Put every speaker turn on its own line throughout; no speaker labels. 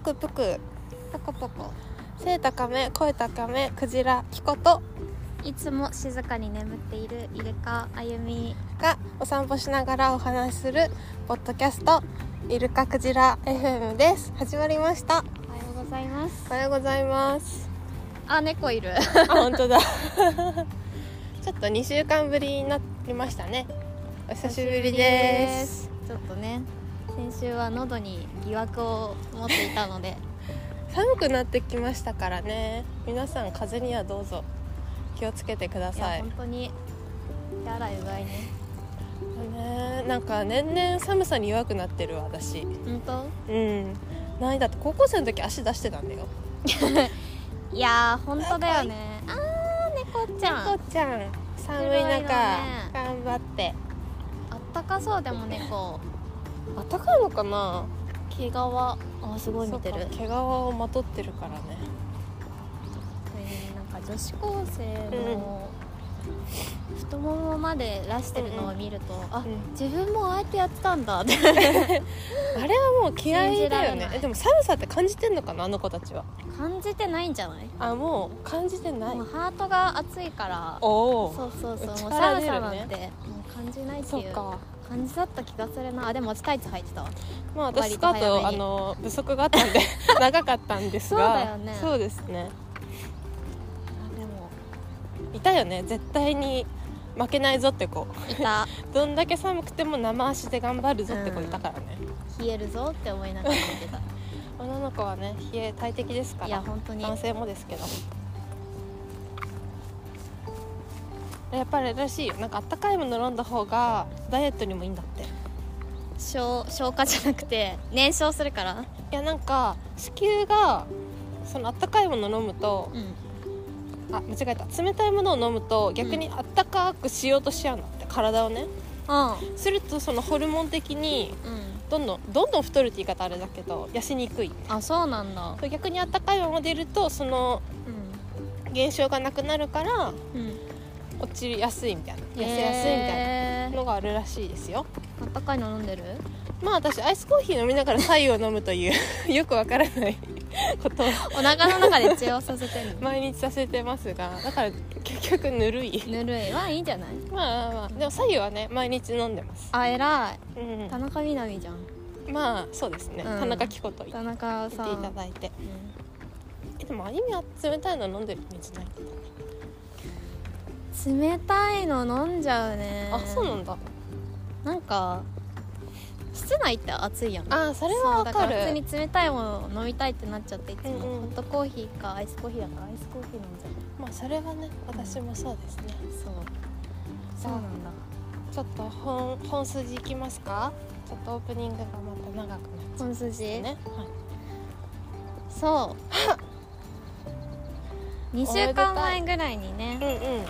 くぷく
ポコポコ
背高め声高めクジラキコと
いつも静かに眠っているイルカあゆみ
がお散歩しながらお話しするポッドキャストイルカクジラ FM です始まりました
おはようございます
おはようございます
あ猫いる
あ本当だ ちょっと2週間ぶりになりましたねお久しぶりです
ちょっとね先週は喉に疑惑を持っていた ので
寒くなってきましたからね皆さん風邪にはどうぞ気をつけてくだ
いや
さい
本当に手洗いうがいね
ねなんか年々寒さに弱くなってるわ私
本
うんないだって高校生の時足出してたんだよ
当いやー本当だよねあー猫ちゃん
こ
あっ
うちゃん寒い
辛
中
いわね
頑張って
たかそうでも猫
あったかいのかな
毛皮あーすごい見てる
そうか毛皮をまとってるからね
これねなんか女子高生の太ももまで出してるのを見ると、あ、
うん
自分もああやってやってたんだって
あれはもう気合
信
い
じら
だ
れ
よ
ない
ねえでも寒さって感じてんのかなあの子たちは
感じてないんじゃない、
あもう感じてない
もうハートが熱いから
お
そ
お
うそうそうもう
力
寒
出るね
さなんて、もう感じないって
そっ
いう
か
感じだった気がするなあでも私タイツ履いてたわ
まあ私
割と
スカート
早
あ
めに
の不足があったん で長かったんですが
そうだよね
そうですね
でも
いたよね絶対に負けないぞって子
いた
どんだけ寒くても生足で頑張るぞって子いたからね、
冷えるぞって思いながら見て
女の子はね冷え大敵ですか
た
ら
いや本当に
男性もですけどやっぱりらしいよなんかあったかいもの飲んだ方がダイエットにもいいんだってい
消消化じゃなくて燃焼するから
やなんか子宮がそのあったかいもの飲むと
うん
あ間違えた冷たいものを飲むと逆にあったかくしようとしちゃうんだって体をね
う
するとそのホルモン的に
んうん
どんどんどんどん太るって言い方あれだけど痩せにくい
あそうなんだ
そう逆にあったかいままでいるとその
う
現象がなくなるから
んうん
落ちやすいみたいな
痩
痩
せ
せ
や
や
す
す
い
い
み
み
た
たい
い
な
な
のがあるらしいですよ
あったかいの飲んでる
まあ私アイスコーヒー飲みながら白湯を飲むという よくわからないことを
お腹の中で治療させてるの
毎日させてますがだから結局ぬるい
ぬるいはいいんじゃない
まあまあまあでも白湯はね毎日飲んでます、
あ偉いう田
ん、
中みな実じゃん
まあそうですね、
うん
田中紀子と言っ
田中
て
さ
い
ん
ただいて
うん
えでもアニメは冷たいの飲んでるイメージないけどね
冷たいの飲んじゃうね
あそうなんだ
なんか室内って暑いやん
あそれはわ
そ
か
うだ
る
ら普通に冷たいもの飲みたいってなっちゃっていつも、
うんうん
ホットコーヒーかアイスコーヒーだからアイスコーヒー飲んじゃう
まあそれはね私もそうですね
そうそうなんだ
ちょっと本本筋いきますかちょっとオープニングがまた長くなっちゃ
本筋、
うね、はい
そう2週間前ぐらいにね
うんうん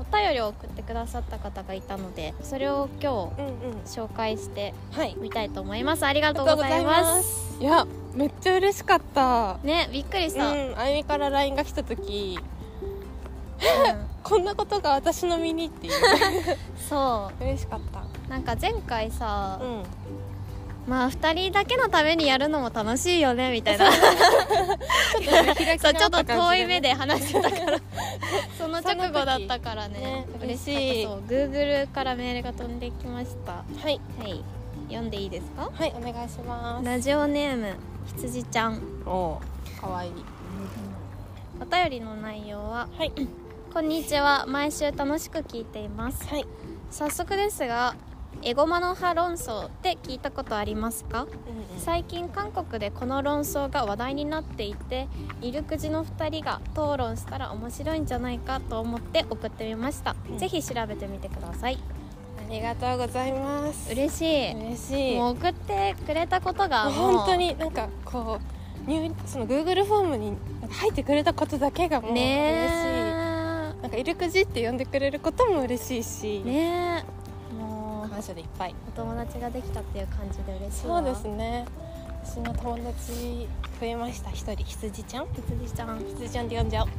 お便りを送ってくださった方がいたのでそれを今
うんうん
日紹介して
はい
みたいと思いますありが
あり
と
が
う
と
ご
うござ
ざい
い
ます
ますいやめっちゃ嬉しかった
ねびっくりし
う
た、うん
んあゆみから LINE が来た時こんなことが私の身にっていう
そ
嬉しかった
うなんか前回さ、
うん
まあ2人だけのためにやるのも楽しいよねみたい な
ちょっとね開き
そうちょ
直
っ
た
と
感
遠
じ
い目で話してたからその直後だったからね
ね
嬉しい
嬉しい
そう Google からメールが飛んできましたは
はい
い読んでいいですか
はいお願いします
ラジオネーム羊ちゃん
おーかわいい
お便りの内容は
はい
こんにちは毎週楽しく聞いています
はい
早速ですがエゴマの葉論争って聞いたことありますか
うんうん
最近韓国でこの論争が話題になっていてイルクジの2人が討論したら面白いんじゃないかと思って送ってみました、
うん
ぜひ調べてみてください
ありがとうございます
嬉し
嬉し
い
い
もう送ってくれたこと
も
が
う
もう
本当になんかこう入その Google フォームになんか入ってくれたことだけがもう嬉しい、
ね
なんかイルクジって呼んでくれることも嬉しいし、
えねえもう
感謝でいっぱい
お友達ができたっていう感じで嬉しい
そ
わ
うですね私の友達増えました一人羊ちゃん
羊ちゃんうん
羊ちゃんで呼んじゃおう
ね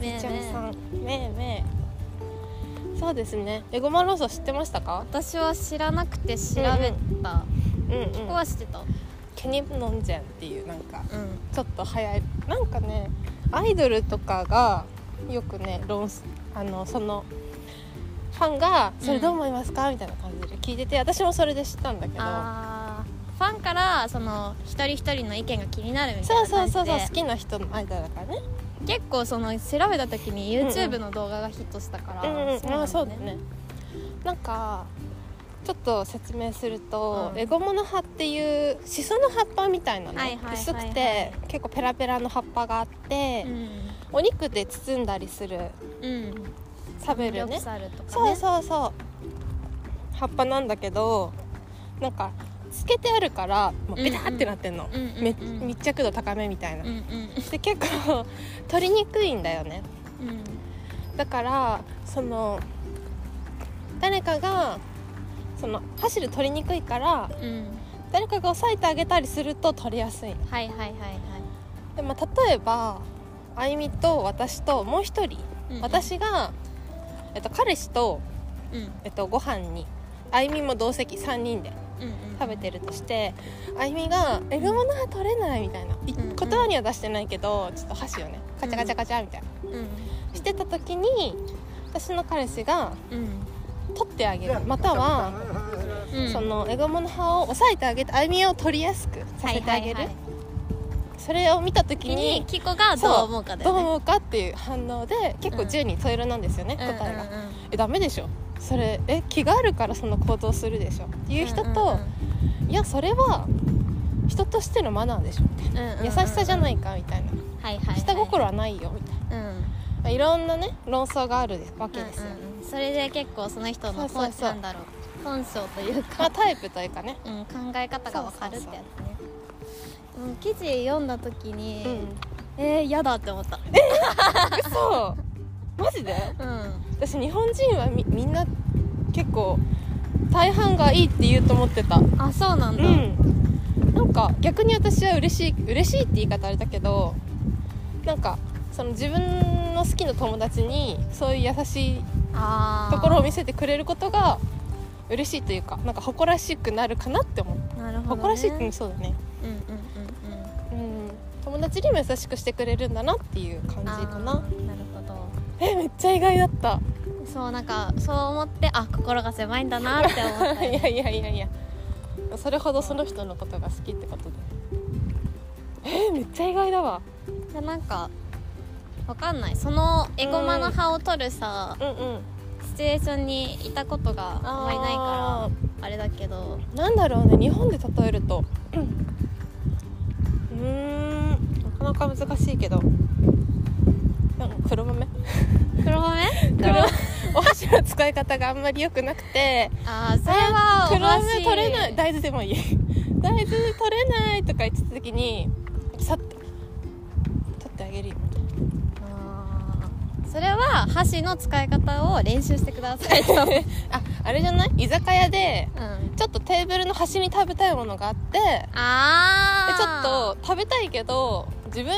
え
羊ちゃんさんめえめえそうですねエゴマローソン知ってましたか
私は知らなくて調べた、
うんうん
ここは知ってた
ケニノンジェンっていうなんか
うん
ちょっと流行るなんかねアイドルとかがよくね論争あのそのファンが「それどう思いますか?」みたいな感じで聞いてて私もそれで知ったんだけど
あーファンからその一人一人の意見が気になるみたい
そうそう
な感じで
そうそう好きな人の間だからね
結構その調べた時に
うんうん
YouTube の動画がヒットしたから、
うんうんあそうだ
ね
ねなんかちょっと説明すると、
うん
エゴモの葉っていうシソの葉っぱみたいなの、
はいはいはいはい
薄くて結構ペラペラの葉っぱがあって、お肉で包んだりする
うん、うん、
食べる
よ
ね
くさるとか
そう
ね
そうそう葉っぱなんだけどなんかつけてあるからもうベタってなってんの、
うんうんうん
め密着度高めみたいな、
うんうん
で結構 取りにくいんだよね
うん
だからその誰かがその走る取りにくいから
うん
誰かが押さえてあげたりすると取りやすいの
はいはいはいはい
でも例えばあゆみと私ともう一人、
うんうん
私が、えっと、彼氏と、
うん
えっと、ご飯にあゆみも同席3人で
うんうん
食べてるとしてあゆみが「えぐものは取れない」みたいな、い
うんうん
言葉には出してないけどちょっと箸をねカチャカチャカチャみたいな、
うん
してた時に私の彼氏が
うん
取ってあげるまたは
うん
そのエゴマの葉を押さえてあげて歩みを取りやすくさせてあげる、
はいはいはい
それを見た時
気に
に
キコがどう思うかだ
どう
よね
思うかっていう反応で結構10人問えるなんですよね、
うんうんうん
答えが、えダメでしょそれえ気があるからその行動するでしょっていう人と、いやそれは人としてのマナーでしょみたい
うんうんうん
な優しさじゃないかみたいな
はいはいはい
下心はないよみたい
うん
な、いろんなね論争があるわけですよ、
うんうんそれで結構その人
そう
の
そう
本
そう
なんだろう本性とい
ま
うか
あ、タイプというかね
うん、考え方がわかるってやつねうん記事読んだ時に、
うん
えー、やだって思った
嘘マジで
うん
私日本人はみみんな結構大半がいいって言うと思ってたう
あそうなんだ、
んなんか逆に私は嬉しい嬉しいって言い方あれだけどなんかその自分の好きな友達にそういう優しい
あー
ところを見せてくれることが嬉しいというかなんか誇らしくなるかなって思った、
なるほど、ね、
誇らしいってそうだね
うんうんうんうん
うん友達にも優しくしてくれるんだなっていう感じ
あ
か
ー
な
なるほど
えめっちゃ意外だった
そうなんかそう思ってあ心が狭いんだなって思 った
い
り
やいやいやいやそれほどその人のことが好きってことでえーめっちゃ意外だわ
でなんかわかんないそのエゴマの葉を取るさ、
うんうん
シチュエーションにいたことがあんまりないからあれだけど
らなんだろうね日本で例えるとうんうーんなかなか難しいけどなんか黒豆
黒豆
黒 お箸の使い方があんまり良くなくて
ああそれは
黒
おかし
豆取れない大豆でもいい 大豆取れないとか言ってた時にさっと取ってあげるよみたいな
あーそれは箸の使い方を練習してくだ さいと、うん、
ああれじゃない居酒屋でちょっとテーブルの端に食べたいものがあってで
あ
ち
あ
ょっと食べたいけど自分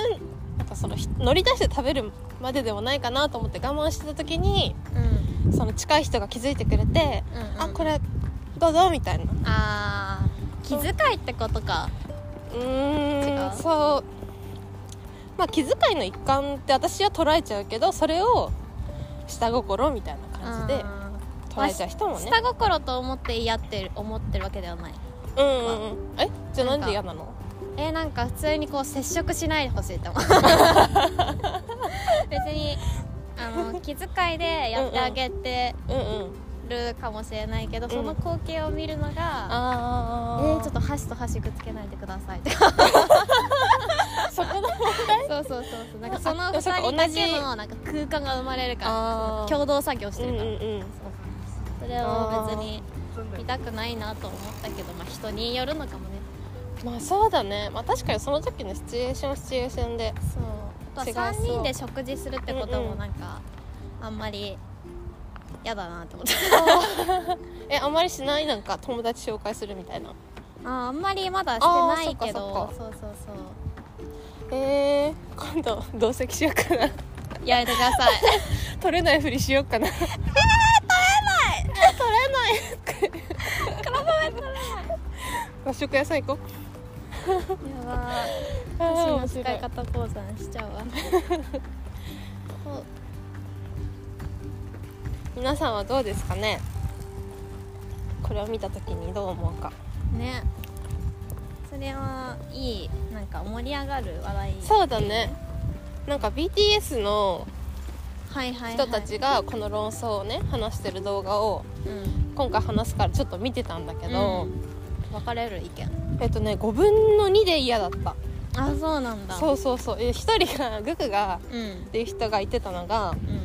なんかそのひ乗り出して食べるまででもないかなと思って我慢してた時に
と、うん
その近い人が気づいてくれて
う
「
んうん、
あこれどうぞ」みたいな
あー気遣いってことか
うーん
違う
そうまあ気遣いの一環って私は捉えちゃうけどそれを下心みたいな感じで
あー
捉えちゃう人もね、
下心と思って嫌って思ってるわけではない
うんうんうんえじゃあなんで嫌なの
えーなんか普通にこう接触しないでほしい と思う別にあの気遣いでやってあげて
うんうん
るかもしれないけど、
ん
その光景を見るのが、
あ
えーちょっ
と
と箸と箸くっつけないでくださいとか
そこの
そうそうそうそうなんかその
あ
2
でもそっか
人だけ
同じ
のなんか空間が生まれるか
あ
ら共同作業して
うん
る
う
か
ん
ら、
うん
それを別に見たくないなと思ったけど、まあ、人によるのかもね
まあそうだね、まあ、確かにその時のシチュエーションシチュエーションで
そうあ
違い
と
そう
は3人で食事するってこと
うんう
も
ん
なんかあんまり嫌だなって思った
えあんまりしないなんか友達紹介するみたいな
ああんまりまだして
あー
ないけ
そっ
ど
か
そうそうそう
えー、今度同席しようかな
やめてください
取れないふりしようかな
黒豆取れない
和食屋さん行こう
やばい
あ
私
ー
の使い
面
方講座にしちゃうわそう
皆さんはどうですかねこれを見た時にどう思うか
ねそれはいいなんか盛り上がる話題
そうだねなんか BTS の
はいはい、はい、
人たちがこの論争をね話してる動画を
うん
今回話すからちょっと見てたんだけど、
分かれる意見
えっとね5分の2で嫌だった
あそうなんだ
そうそうそうえ一人がグクが
うん
っていう人が言ってたのが
うん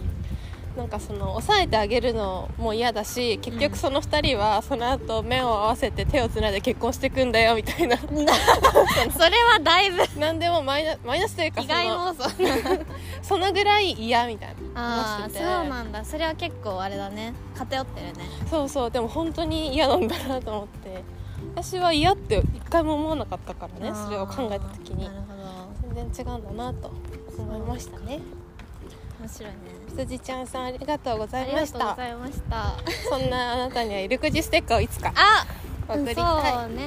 なんかその抑えてあげるのも嫌だし結局その2人はその後目を合わせて手をつないで結婚していくんだよみたいな
それはだいぶ
何でもマイナマイナスというか
意
そ
外
の
妄想
そのぐらい嫌みたいな
あ
話
あ
して
そ
て
うなんだそれは結構あれだね偏ってるね
そうそうでも本当に嫌なんだなと思って私は嫌って一回も思わなかったからねそれを考えた時に
あーなるほど
全然違うんだなと思いましたね
面白いね
羊ちゃんさんありがとうござ
あ
い
り
ま
が
し
とうご
た
ざいました
そんなあなたにはイルクジステッカーをいつか
あ
送りたい
そうね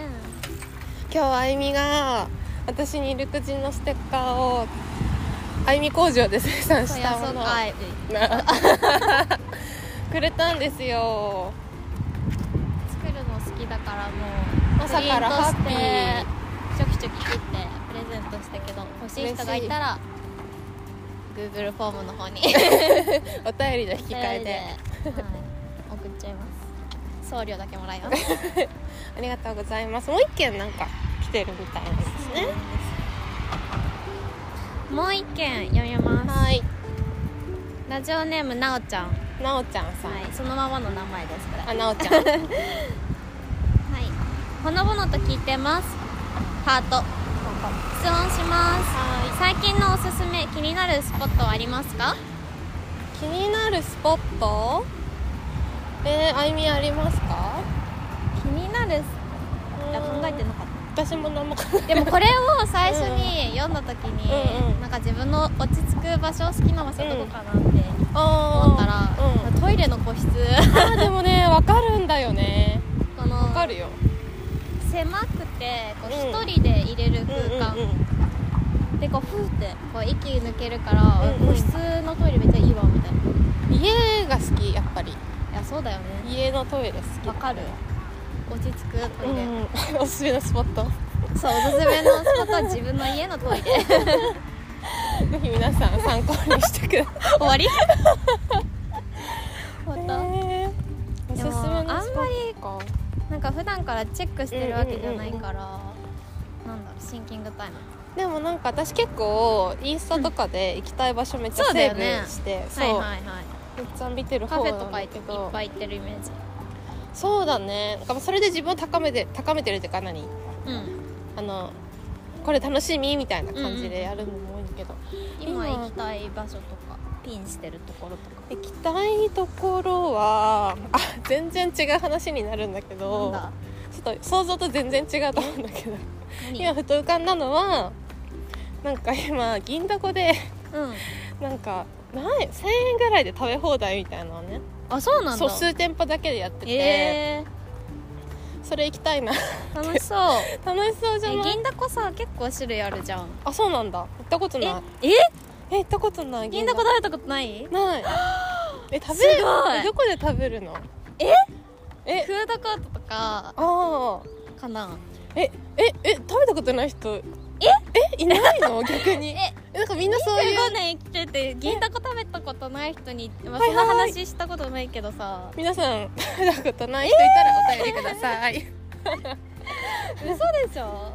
今日あゆみが私にルクジンのステッカーをあゆみ工場で生産
そう
したものを
安岡
なくれたんですよ
作るの好きだからもう
朝からハッピー
プリントしてチョキチョキ切ってプレゼントしたけど欲しい人がいたら Google フォームの方に お
お
便
便りの引き換え
り
で
はい、送っちゃいます送料だけもらい ますそう
ありがとうございますもう一件なんか来てるみたいなんです
なん
ね
ですもう一件読みます
はい
ラジオネームなおちゃん、は
なおちゃんさん、
い、そのままの名前ですこれ
あなおちゃ ん
はい、ほのぼのと聞いてます。ハート。質問します。
は
最近のおすすめ、気になるスポットはありますか。
い気になるスポットえー、あゆみありますか
気になる。いや、考えてなかっ
私も何も考
た。でも、これを最初に読んだ時に、
うんうん
なんか自分の落ち着く場所、好きな場所どこかなって 思
思
ったら。
うん、
トイレの 個室、
あーでもねわかるんだよね
この
わかるよ
狭くて、こう
うん
一人で入れる空間。で、こうふーって、こう息抜けるから、
うんうん
個室のトイレめっちゃいいわみたいな。
家が好きやっぱり
いや、そうだよね。
家のトイレ好
わ
き
かる落ち着くト
う
イレ、
ん、おすすめのスポット
そうおすすめのスポットは自分の家のトイレ
ぜひ皆さん参考にしてください
終わり
え
本当
ーおすすめのスポットか
なんか普段からチェックしてるわけじゃないから、なんだろうシンキングタイム
でもなんか私結構インスタとかで行きたい場所めっちゃ
そうだ
セ
よね
ーブしてそう,、
はいはいはい
めっちゃ見てる
カフ
方
ェと
なん
かい
だ
っ
け
い
ど
っぱい行ってるイメージ
そうだねなんかそれで自分を高めて高めてるっていうか何
うん
あのこれ楽しみみたいな感じでやるのも多いんだけど、
今
今
行きたい場所とかピンしてるところとか
行きたいところはあ全然違う話になるんだけ
なん
ど
だ
ちょっと想像と全然違うと思うんだけ ど
何
今ふと浮かんだのはなんか今銀だこで
うん
なんか何円1000円ぐらいで食べ放題みたいなのをね
あそうなん
そう
だ
数店舗だけでやってて、
え
それ行きたいな
ー、楽しそう
楽しそうじゃ
え
ない
銀だこさ結構種類あるじゃん
あそうなんだ行ったこと
え
ない
え
え行ったことない
銀だこ食べたことない
ない え食べる
すごい
えどこで食べるの
え
え
フードコートとか
ああ
かな
えええ食べたことない人ええいない の逆に
え
えなんかみんなそういう
25年生きてて銀だこ食べたことない人に、まあ、
は
そ
い
ん
は
ない話したことないけどさ、
皆さん食べたことない人いたらお便りください、
嘘でしょ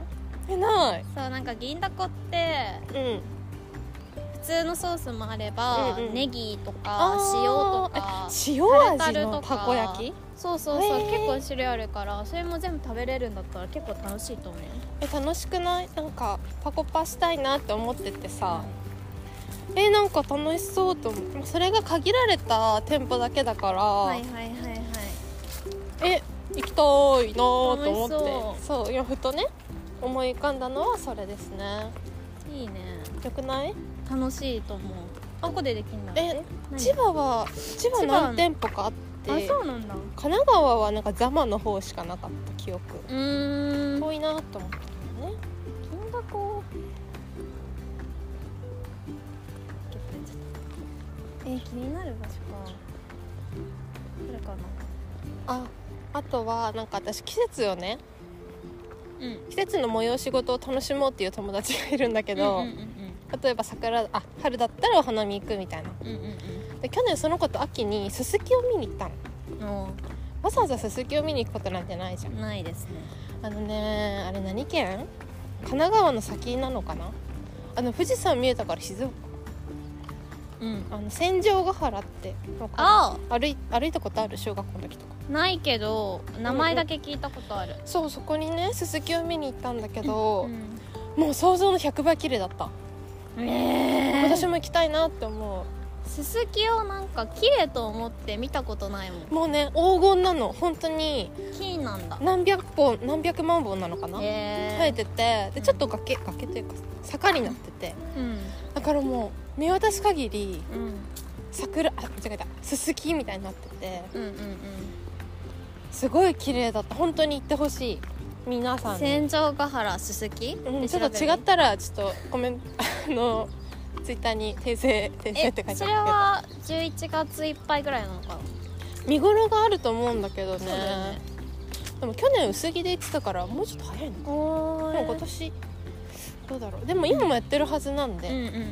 えない
そうなんか銀だこって
うん
普通のソースもあれば、
うんうん
ネギとか
あー
塩とか
塩
タルタ
味
ル
の
とか
たこ焼き
そうそうそう、
へー
結構種類あるからそれも全部食べれるんだったら結構楽しいと思うよ
え楽しくないなんかタコパしたいなって思っててさえなんか楽しそうと思ってそれが限られた店舗だけだから、
はいはいはいはい
え行きたいなーと思って
楽し
そう今ふとね思い浮かんだのはそれですね
いいね
よくない
楽しいと思うどこでできるんだろう
え
何
千葉は千葉
千葉
何店舗かあって
あ
神
そうなんだ
奈川はなんかザマの方しかなかった記憶
うーん
遠いなと思ったけどねこ
えー気になる場所かこれか
うあ
な
あとはなんか私季節をね
うん
季節の催し事を楽しもうっていう友達がいるんだけど、
うんうん
例えば桜あ春だったらお花見行くみたいな
うんうん
で去年その子と秋にすすきを見に行ったの
うんうんも
わざわざすすきを見に行くことなんてないじゃん
うないですね
あのねあれ何県神奈川の先なのかなあの富士山見えたから静岡
うん
あの戦場ヶ原ってわかる
あ
歩い歩いたことある小学校の時とか
ないけど名前だけ聞いたことある
そうそこにねすすきを見に行ったんだけど、
うん
もう想像の100倍綺麗だった
えー
私も行きたいなって思
すすきをなんか綺麗と思って見たことないもん
うもうね黄金なの本当に
金なんだ
何百本何百万本なのかな、
えー
生えてて
う
で
ん
ちょっと崖崖というか坂になってて
うん
だからもう見渡す限り
うん
桜あ間違えたすすきみたいになってて
うんうん
すごい綺麗だった本当に行ってほしい皆
う
さん
ん
に、
戦場ヶ原すすき
うん、ちょっと違ったらちょっとコメン トあのツイッターに訂正訂正
え
って書いて
それ
あ
は11月いっぱいぐらいなのかな
るけど見頃があると思うんだけどね
そうだよね
でも去年薄着で行ってたからもうちょっと早いのか
お
もう今年どうだろうでも今もやってるはずなんで、
うんうんうん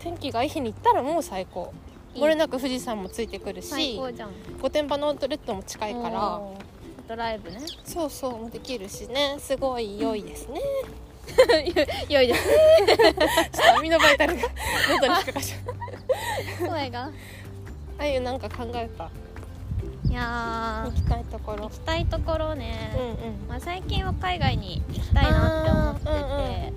天気がいい日に行ったらもう最高
いい
漏れなく富士山もついてくる
最
し
高じゃん
御殿場のアウトレットも近いから
おードライブね
そうそうもできるしねすごい良いですね、
良いです
ちょっと網のバイタルが 喉に引っかかっちゃう
声が
ああいうなんか考えた
いや
行
ー
きたいとこ
行
ろ
きたいところ
うん
ね、
うん
まあ、最近は海外に行きたいなって思ってて、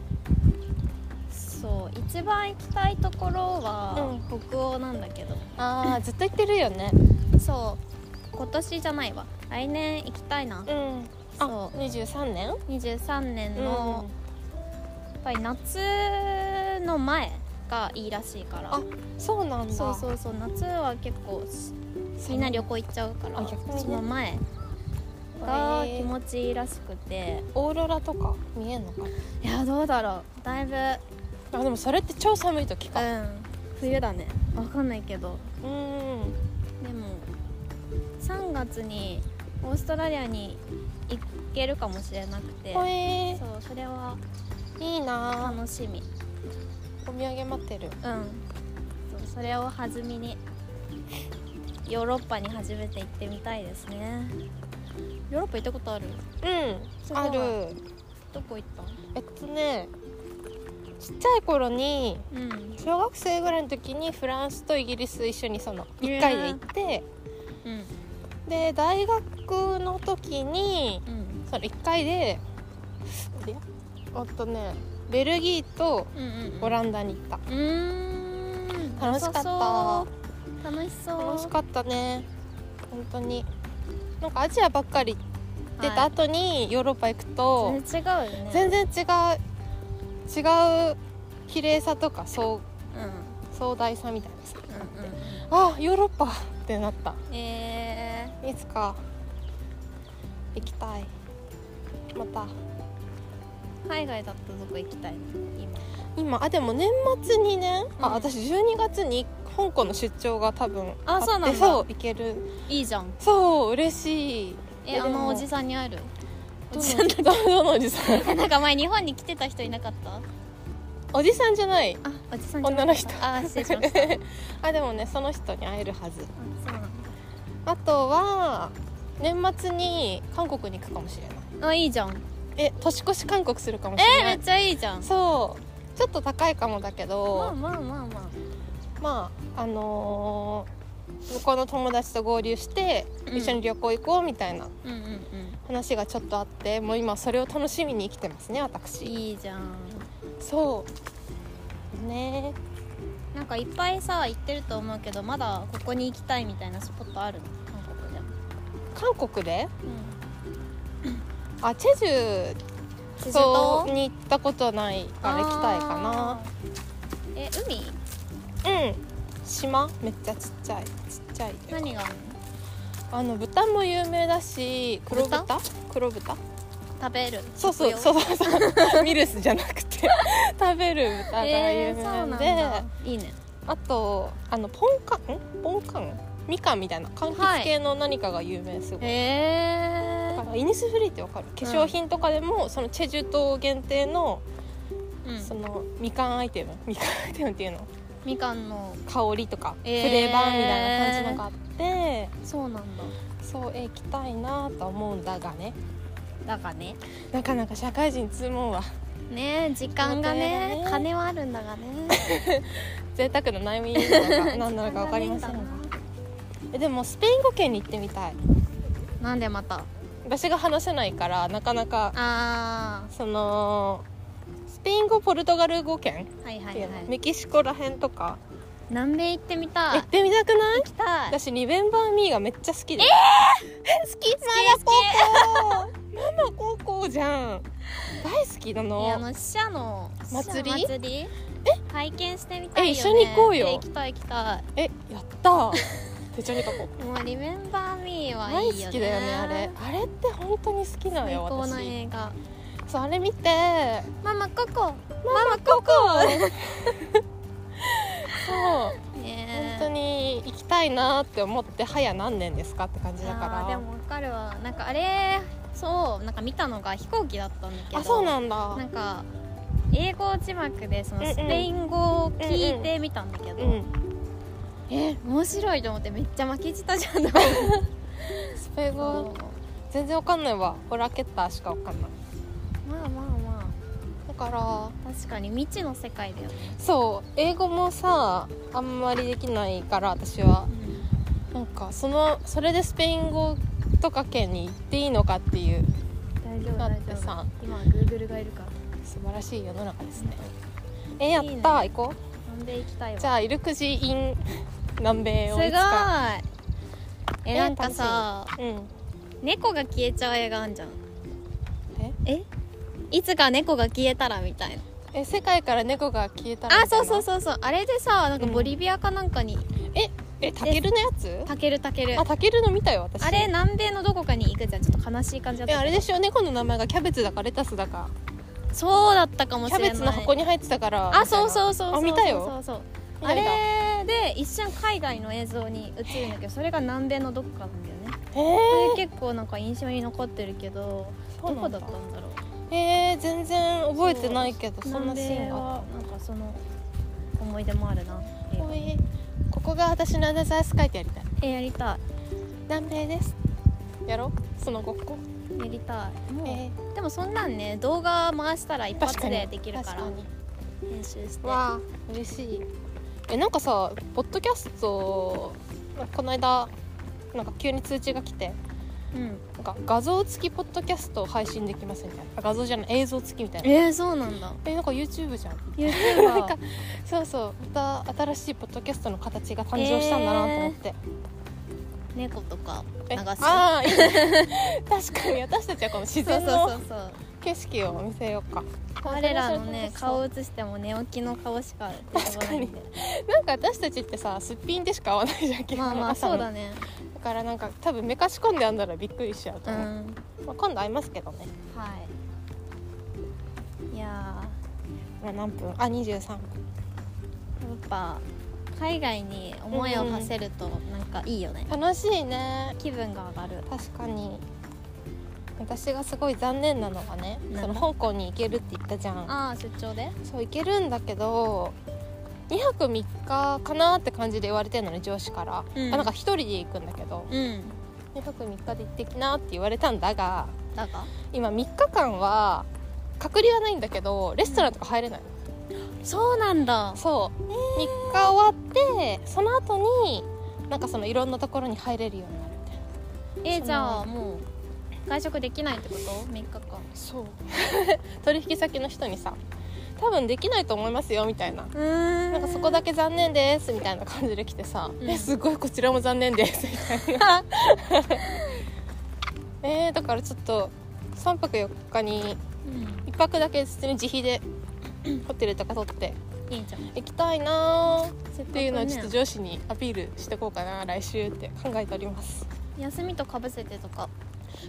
そう一番行きたいところは北欧なんだけど、
ああずっと行ってるよね
そう今年じゃないわ来年行きたいな、
うんあ
そ
二23年
う23年
の
の、やっぱり夏の前がいいらしいから
あそうなんだ
そうそうそう夏は結構
そ
み
うん
な旅行行っちゃうから
あ逆にね
その前が気持ちいいらしくて
オーロラとか見えんのか
いやどうだろうだいぶ
あでもそれって超寒い時
う
か
ん冬だねわかんないけど
うん
でも3月にオーストラリアに行けるかもしれなくて
ほえ
そうそれはい
いな
楽しみ
お土産待ってる
うんそうそれを弾みにヨーロッパに初めて行ってみたいですねヨーロッパ行ったことある
う
す
ん
ごい
ある
どこ行った
えっとねちっちゃい頃に
うん
小学生ぐらいの時にフランスとイギリス一緒にその1回で行って
うん
で大学の時に
うん
その1回であれおっとねベルギーと
うんうん
オランダに行った
うーん
楽しかった
そう楽しそう
楽しかったね本当になんかアジアばっかり出た
はい
後にヨーロッパ行くと、
全然違うよね
全然違う違う綺麗さとか壮
うんうん
壮大さみたいなさ
う
あヨーロッパってなった
んえ
いつか行きたいまた
ー、海外だったらどこ行きたいの今
今あでも年末にね、
うん
あ私12月に香港の出張が多分
あ
って
そうなんだ
そう行ける
いいじゃん
そう嬉しい
えあ
で
の
も
おじさんに会える
どのどのおじさん
え なんか前日本に来てた人いなかった
おじさんじゃない
あおじさんじゃな
女
か
の
った
人
あ失礼しましたあ
あでもねその人に会えるはず
そうなんだ
あとは年末に韓国に行くかもしれない
あいいじゃん
え年越し韓国するかもし
え
れな
め
い
っちゃいいじゃん
そうちょっと高いかもだけ
まあ
ど、
まあまあま
まああのー向こうの友達と合流して
うん
一緒に旅行行こうみたいな
あうんうん
話がちょっとあってもう今それを楽しみに生きてますね
うん
私
いいじゃん
そうね
なんかいっぱいさ行ってると思うけどまだここに行きたいみたいなスポットあるの韓国でも、
韓国であチェジュ
チェジュ
島
島
に行ったことないから行きたいか
なえ海
なうん島めっちゃちっちゃいちっちゃいけど
何があるの
あの豚も有名だし黒豚
豚
黒豚
食べる
そうそう
食用
そうそうそうミルスじゃなくて 食べる豚が有
えー、そう
名
なん
で、
だいいね
あとあのポンカンんポンカンみかんみたいな柑
はい
橘系の何かが有名すごい、
へ
だからイニスフリーってわかる化粧品とかでも、そのチェジュ島限定の
えー
そうのみかんアイテム みかんアイテムっていうの
ん、みかんの
香りとかフ
えー
レーバーみたいな感じのがあって、
そうなんだ
そうえー行きたいなとは思うんだがね
だからね
なかなか社会人通問は
ねえ時間が
仕
ね
事やだね
金はあるんだがね
贅沢な悩みな のか 何なのか分かりません
時
が
間がねえんだ
えでもスペイン語圏に行ってみたい
ななんでまた
私が話せないからなかなか
あ
そのスペイン語ポルトガル語圏
ーはいは
って
い
いう
は
の、
い
メキシコらへんとか
南米行ってみた
行
い
ってみたくない
行きたい
私リベンバーミーがめっちゃ好きでえ
好き好
マ
き
マ高校ママ高校じゃん大好きなの
いやあの死者の
祭り
死者祭りえ拝見してみたいよ、ね、
え一緒に行こうよ
え行きたい行きた
えやった手帳に書 こう
いもうリメンバーミーはい
大
い
好
よね
きだよねあれあれって本当に好きなの
最
よ
高な
私
映画
そうあれ見て
ママココ
ママこ こそう
ね
本当
に
に行きたいなって思って早何年ですかって感じだから
でもわかるわなんかあれそうなんか見たのが飛行機だったんだけど
あそうな
の
んだ
なんか英語字幕でその
うんうん
スペイン語を聞いてみたんだけど、
うん
え面白いと思ってめっちゃ負けじたじゃんと思 って
スペイン語全然わかんないわホラーケッターしかわかんない
まあまあま
だから
あ確かに未知の世界だよね、
そう英語もさあんまりできないから私はなんかそのそれでスペイン語とか圏に行っていいのかっていう
大丈夫
だっ
大
て
丈
さ
夫今グーグルがいるから
素晴らしい世の中ですねえやった
いいね
行こう
南米行きたいわ
じゃあイルクジイン南米
す
を
ごい
いつか
え
え
なんかさ
うん
猫が消えちゃう映画あんじゃん
え
えいつか猫が消えたらみたいな
え世界から猫が消えたら
あそうそう
う
そうそうあれでさなんか
うん
ボリビアかなんかに
えタケルのやつ
タケルタケル
あタケルの見たよ私
あれ南米のどこかに行くじゃんちょっと悲しい感じだっ
え
た
あれでしょ猫の名前がキャベツだかレタスだか
そうだったかも
キ
し
ャ
れない
ベツの箱に入ってたから
あそうそうそうそう
あ見たよ
そうそう
見
あ
た
れ
見た
で一瞬海外の映像に映るんだけどそれが南米のどこかなんだよね
え
それ結構なんか印象に残ってるけど
ー、
どこだった
そうん
だろ
な
う
んえー、全然覚えてないけどそんなシ
南
ー
米
ンがあっ
はなんかその思い出もあるな
たおいここが私のアナザースカイってやりたい
えやりた
南米ですやろうそのごっこ、
いやりたいもう、
えー
でもそんなんね動画回したら一
確か
発
に
でできるから
確かに
編集して
わあ嬉しいえなんかさポッドキャストこの間なんか急に通知が来て
うん
なんか画像付きポッドキャストを配信できますみたいなあ画像じゃない映像付きみたいな
えー、そうなんだ
えなんか YouTube じゃん
YouTube
なん
は
かそうそうまた新しいポッドキャストの形が誕生したんだなと思って、
猫とか
え
流す
ああいいね 確かに私たちはこの自
そう
然
そうそ
の
うそう
景色を見せようか
我らのね
そう
顔映しても寝起きの顔しか出てこないんで
なんか私たちってさすっぴんでしか会わないじゃん基本
まあまあ
朝
そ
の
うだ ね
だからなんか多分めかし込んであんだらびっくりしちゃう
う
と
ん
思う、まあ、今度会いますけどね、
はいいや
まあ、何分あ23分
ーやっぱ海外に思いを馳せるとなんかいいよね、
楽しいね
気分が上がる
確かに私がすごい残念なのがね
な
そ
ん
の
だ
香港に行けるって言ったじゃん
ああ出張で
そう行けるんだけど2泊3日かなって感じで言われてんのね上司から、
うん
あなんか1人で行くんだけど
うん
2泊3日で行ってきなって言われたんだが
だが
今3日間は隔離はないんだけどレストランとか入れないの、
そうなんだ
そう、3日終わってその後になんかそのいろんなところに入れるようになるみたいなそ
え
の
じゃあもう外食できないってこと3日間
そう 取引先の人にさ多分できないと思いますよみたいな
うん
なんかそこだけ残念ですみたいな感じで来てさ、
うん
えすごいこちらも残念ですみたいな えー、だからちょっと3泊4日に
うん
1泊だけ普通に自費でホテルとか取って
いいじゃん
行きたいなー
せっか
っ
く
ていうのを
ね
ちょっと上司にアピールしてこうかな来週って考えております
休みとかぶせてとか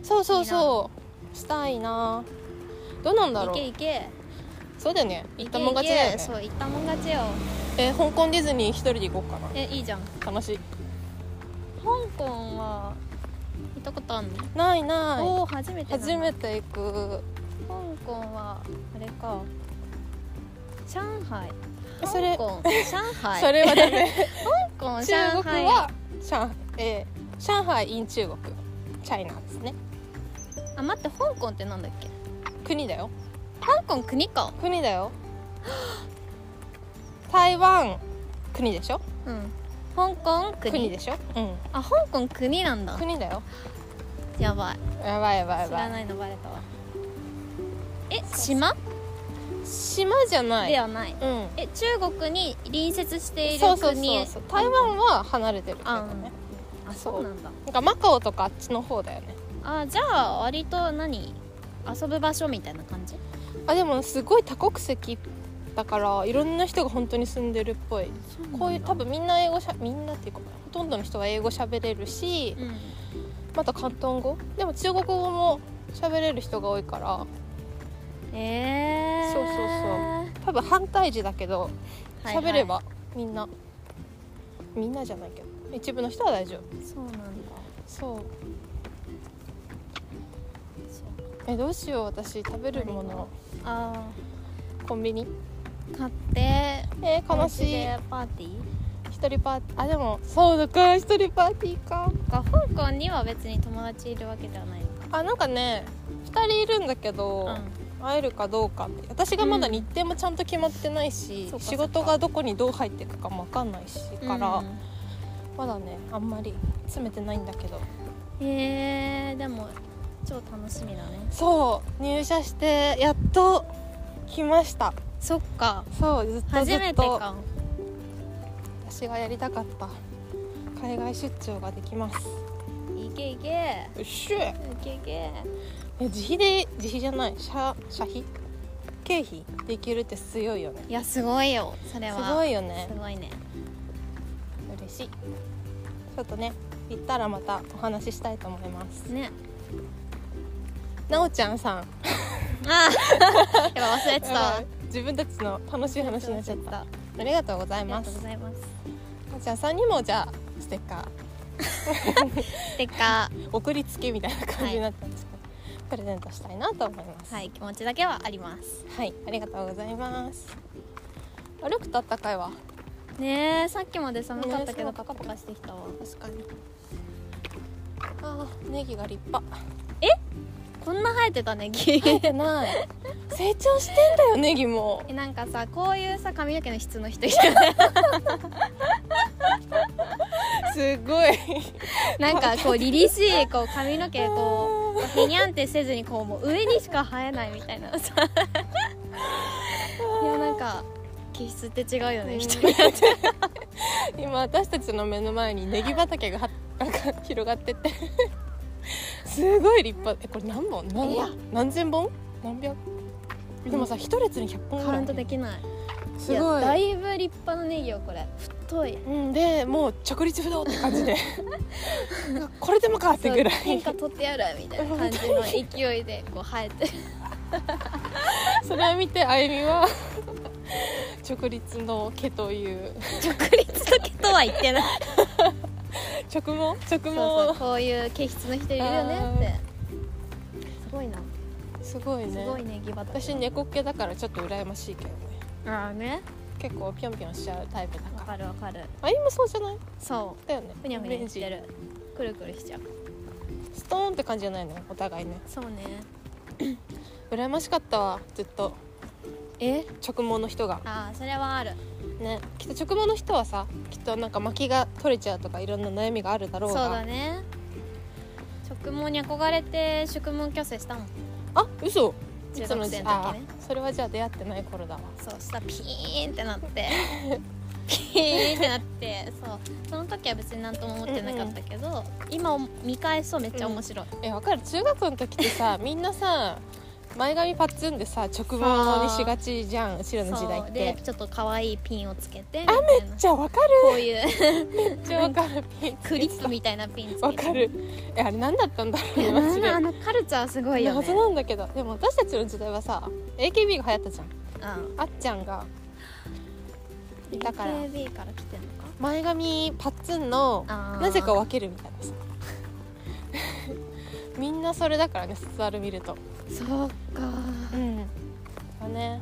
そうそうそうしたいなどうなんだろ
いうけいけ
そうだよね
い
行っ
け
たもん勝ちだよ
いけ
ね
そう行ったもん勝ちよ
えー香港ディズニー一人で行こうか
えいいじゃん香
な楽しい
港は行ったことあんの、
ないな
おお初め
い
てだな
初めて行く
香港はあれか上海
え
香
それ
港上海
それはダメ
香
中
港 上
国
海
は上,、えー上海 in 中国チャイナですね
あ待って香港ってなんだっけ
国だよ
香港国か
国だ よ台湾国でしょ
うん香港国
国でしょうん
あ香港国なんだ
国だよ
やばい
やばいやばいや
知ら
ばい
ないのバレたわえ島
島じゃない
ではない
うん
え中国に隣接している
そう
国
そうそうそう台湾は離れてるけ
あ
どね
あそうなんだ
なんかマカオとかあっちの方だよね
あじゃあ割と何遊ぶ場所みたいな感じ
あでもすごい多国籍だからいろんな人が本当に住んでるっぽいこういう多分みんな英語しゃみんなっていうかほとんどの人が英語喋れるし
うん
また広東語でも中国語も喋れる人が多いから
えー、
そうそう多分反対時だけど
はいはい
喋ればみんな、みんなじゃないけど一部の人は大丈夫
そうなんだ
そう
そう
えどうしよう私食べるも
何
の
あ
コンビニ
ー買って
えー悲し
お家
い
でパーティー
一人パーティーあでもそうだか一人パーティーか
か香港には別に友達いるわけではないのか
あなんかね2人いるんだけど、会えるかどうかって私がまだ日程もちゃんと決まってないし、
そうかそ
仕
うか
事がどこにどう入っていくかも分かんないし
うん
から、
う
まだねあんまり詰めてないんだけど
んえー、でも超楽しみだね
そう入社してやっと来ました
そっか
そうずっと
初
ず
め
ってと
か
私がやりたかった海外出張ができます
いけいけ
うっしゅえ
いけいけ
自費で自費じゃない社社費経費できるって強いよね
いやすごいよそれ
す
は
ごいよね
すごいね
嬉しいちょっとね行ったらまたお話ししたいと思います
ね
なおちゃんさん
あー やっぱ忘れてたわ
自分たちの楽しい話になっちゃった
あ
ありがとうござい
りが
ま
とう
す
ございます
なおちゃんさんにもじゃあステッカー
ステッカ
送りつけみたいな感じになったんですけど、プレゼントしたいなと思います
ーはい気持ちだけはあります
はいありがとうございます歩くとあったかいわ
ねえさっきまで寒かったけど
ね
パカパカしてきたわ
確かにあーネギが立 派
こんな生えてたねギ
生えてない成長してんだよネギも
えなんかさこういうさ髪の毛の質の人いるよね
す ごい
なんかこう凛々しいこう髪の毛こうへにゃんってせずにこうもう上にしか生えないみたいな さいやなんか気質って違うよ
う
ね
ん
人によって
今私たちの目の前にネギ畑がはなんか広がっててすごい立派えこれ何本何
いや
何千本何百でもさ一列に100本ぐ
カ
ら
ウ
い
ントできない
すごい
やだいぶ立派なネギよこれ太い
うんでもう直立不動って感じ でこれでもかってぐら
そう天
い
下取ってやるみたいな感じの勢いでこう生えてる
それを見てあゆみは直立の毛という
直立時とは言って ない
直毛直毛
そうそうこういう毛質の人いるよねってすごいな
すごいね
すごいネギ畑
私猫系だからちょっと羨ましいけどね
ああね
結構ぴょんぴょんしちゃうタイプだ
わ
から
かるわかる
あゆみもそうじゃない
そう
だよね
ふにゃふにゃしてるくるくるしちゃう
ストーンって感じじゃないのお互いね
そうね
羨ましかったわずっと
え
直毛の人が
ああそれはある
ねきっと直毛の人はさきっとなんか巻きが取れちゃうとかいろんな悩みがあるだろ
そうう
が
だね直毛に憧れて宿毛矯正したもん
あ嘘
中
い
学
つ
生の
の
時
時
ね
あそれはじゃあ出会ってない頃だわ
そうしたらピーンってなって ピーンってなってそうその時は別に何とも思ってなかったけど、今見返そうめっちゃ面白い、
えわかる中学の時ってさみんなさ前髪パッツンでさ直毛にしがちじゃんうちらの時代
そう
っ
で
て
ちょっと可愛いピンをつけてみ
あ
た
め
いな
っ
こ
ちゃわか
ういう
るめっちゃわかるピンつけてた
クリップみたいなピンつけて
わかるえあれ何だったんだ
い
ろ
や
うマジで
あのカルチャーすごいよね
謎なんだけどでも私たちの時代はさ AKB が流行ったじゃん
うん
あっちゃんがいたから
AKB から来てんのか
前髪パッツンの
あー
なぜか分けるみたいなさ みんなそれだからね卒アル見ると
そうか
うんだね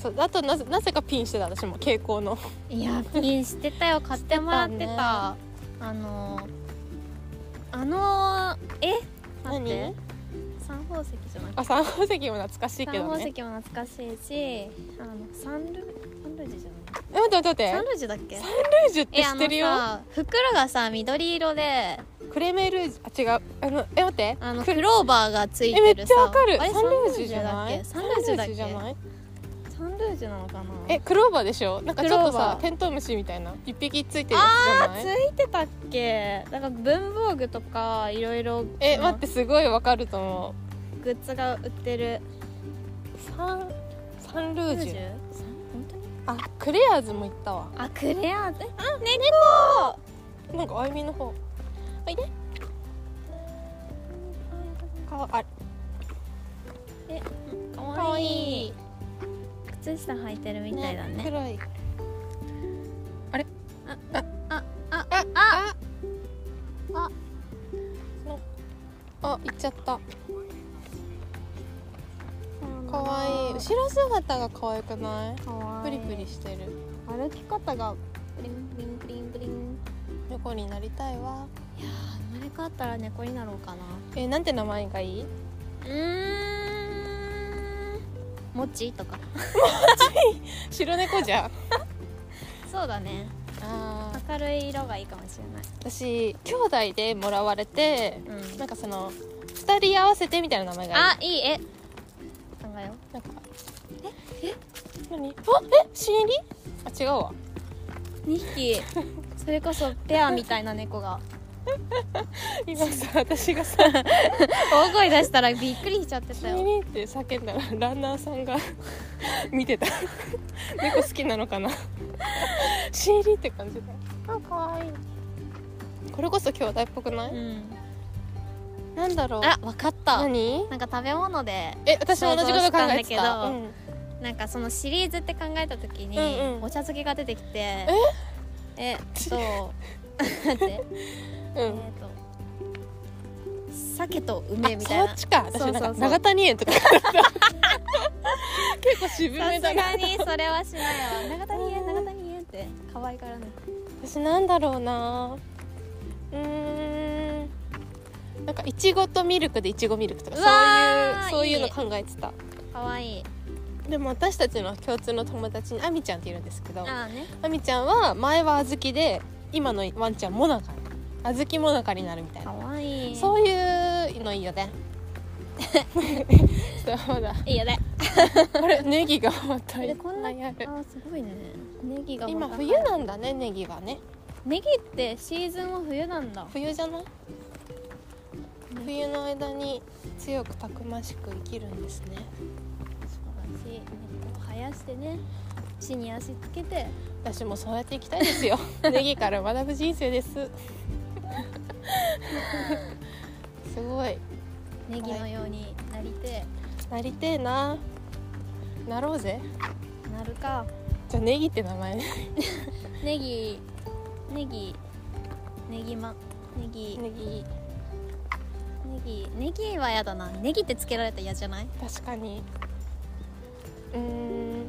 そうあとなぜなぜかピンしてた私も蛍光の
いやピンしてたよ買ってもらって
し
た
てたね
あのあのえ待って三宝石じゃなくて
あ三宝石も懐かしいけ
三
ど
宝
ね
石も懐かしいしあのサンルサンルージュじゃない
え待って待って待って
サンルージュだっけ
サンルージュって
え
知
あ
って
の
るよ
さ袋がさ緑色で
クレメルージュあ違うあのえ待って
あの
く
クローバーがつい
えめ
て
っ
る
ち
さ
ゃわかる
あ
サ
れ
ンルージュじゃない
サンルージュだっけ
サ
サ
ン
ンルージ
ルー
ュ
ジュじゃない
だっけサンルージュなのかな
えクローバーでしょなんかちょっと
クローバ
さ
ー
テントウムシみたいな一匹ついてるやつじゃ
つ
ない
いてたっけなんか文房具とかいろいろ
え待ってすごいわかると思
グッズが売ってる
うサンサンルージュ
さん本当に
あクレアーズも行ったわ
あクレアーズえあ猫
なんかあゆみの方おいでかわあ
か
か
わ
わ
い
い
い
い
靴下履いてるみたいだね
黒い
ああ
あ
あ
ああ行っちゃったかわいい後ろ姿が可愛くない
かわ
プ
い
リ
い
プリしてる
歩き方がプリンプリンプリンプリン
猫になりたいわ
いやー生まれ変わったら猫になろうかな
えなんて名前がいいう
ーんもちとか
白猫じ ゃん
そうだね
あー
明るい色がいいかもしれない
私兄弟でもらわれて
うん
なんかその二人合わせてみたいな名前がいい
あいいえ考えよう
なんかええ何あえ新入りあ違うわ
2匹 それこそペアみたいな猫が
今さ私がさ
大声出したらびっくりしちゃって
「
た
新
よ
入り」って叫んだらランナーさんが 見てた 猫好きなのかな新入りって感じだあ可愛いこれこそ兄弟っぽくない、
うん
なんだろう
あわかったなんか
何
食べ物で
え私も同じこと考えて
想像したんだ
た
けど
うん
なんかそのシリーズって考えた時に、
うんうん
お茶漬けが出てきてえっと 待って
う
えっ
ん
と鮭と
あ
梅みたい
そ
な
っちか私
そうそうそう
なんか長谷園とか 結構渋
さ
め
す
だな
がにそれはしないわ長谷園長谷園って可愛がらない
私なんだろうなうーんなんかいちごとミルクでいちごミルクとか
うわー
そういうそういう
い
の
い
考えてた
可愛い
でも私たちの共通の友達にあみちゃんっているんですけどあ
ああね
みちゃんは前はあずきで今のワンちゃんもなかあずきもなかになるみたいな
可愛い
そういうのいいよ ね そうだ
いいよね
これネギがまたい
で
っ
こん
ぱ
ない
ある
あすごいねネギが
今
また
冬なんだねネギはね
ネギってシーズンは冬なんだ
冬じゃない冬の間に強くたくましく生きるんですね
素晴らしい猫を生やしてね地に足つけて
私もそうやっていきたいです よネギから学ぶ人生 ですすごい
ネギのようになりて
なりてえななろうぜ
えなるか
じゃあネギって名前ね
ネギネギネギまネギ
ネギ
ネギネギはやだなネギってつけられたら嫌じゃない
確かにうーん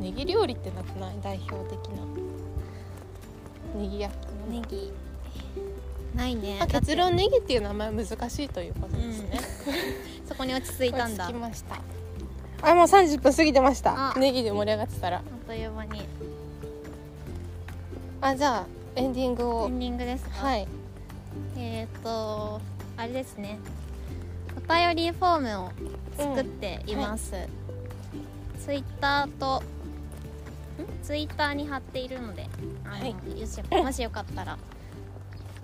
ネギ料理ってなくない代表的なネギ焼きの
ネギないね
まあ、結論ネギっていう名前は難しいということですね。
そこに落ち着いたんだ
落ち着きました。あもう三十分過ぎてました。
あ
ネギで盛り上がってたら。
あっという間にエ
あじゃあエンディングを
ンディングですか
はい
えー、っとあれですねお便りフォームを作っています、ツイッターとんツイッターに貼っているのであ
は
の、
い
よしもしよかったら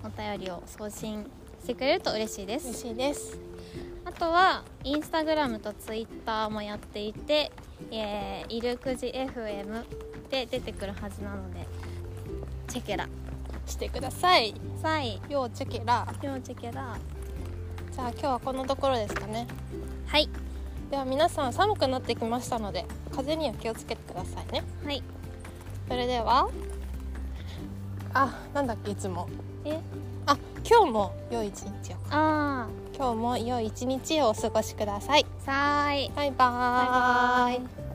お便りを送信してくれると嬉しいで
嬉
す
しいです。
あとはインスタグラムとツイッターもやっていて、えー、イルクジ FM で出てくるはずなのでチェケラ
してください
サイ
ようチェケラ
両チェケラ
じゃあ今日はこのところですかね
はい
では皆さん寒くなってきましたので風には気をつけてくださいね
はい
それではあなんだっけいつも
え
あ今日も良い一日を
あ
今日も良い一日をお過ごしください
ーサイ
バイバーイ
イ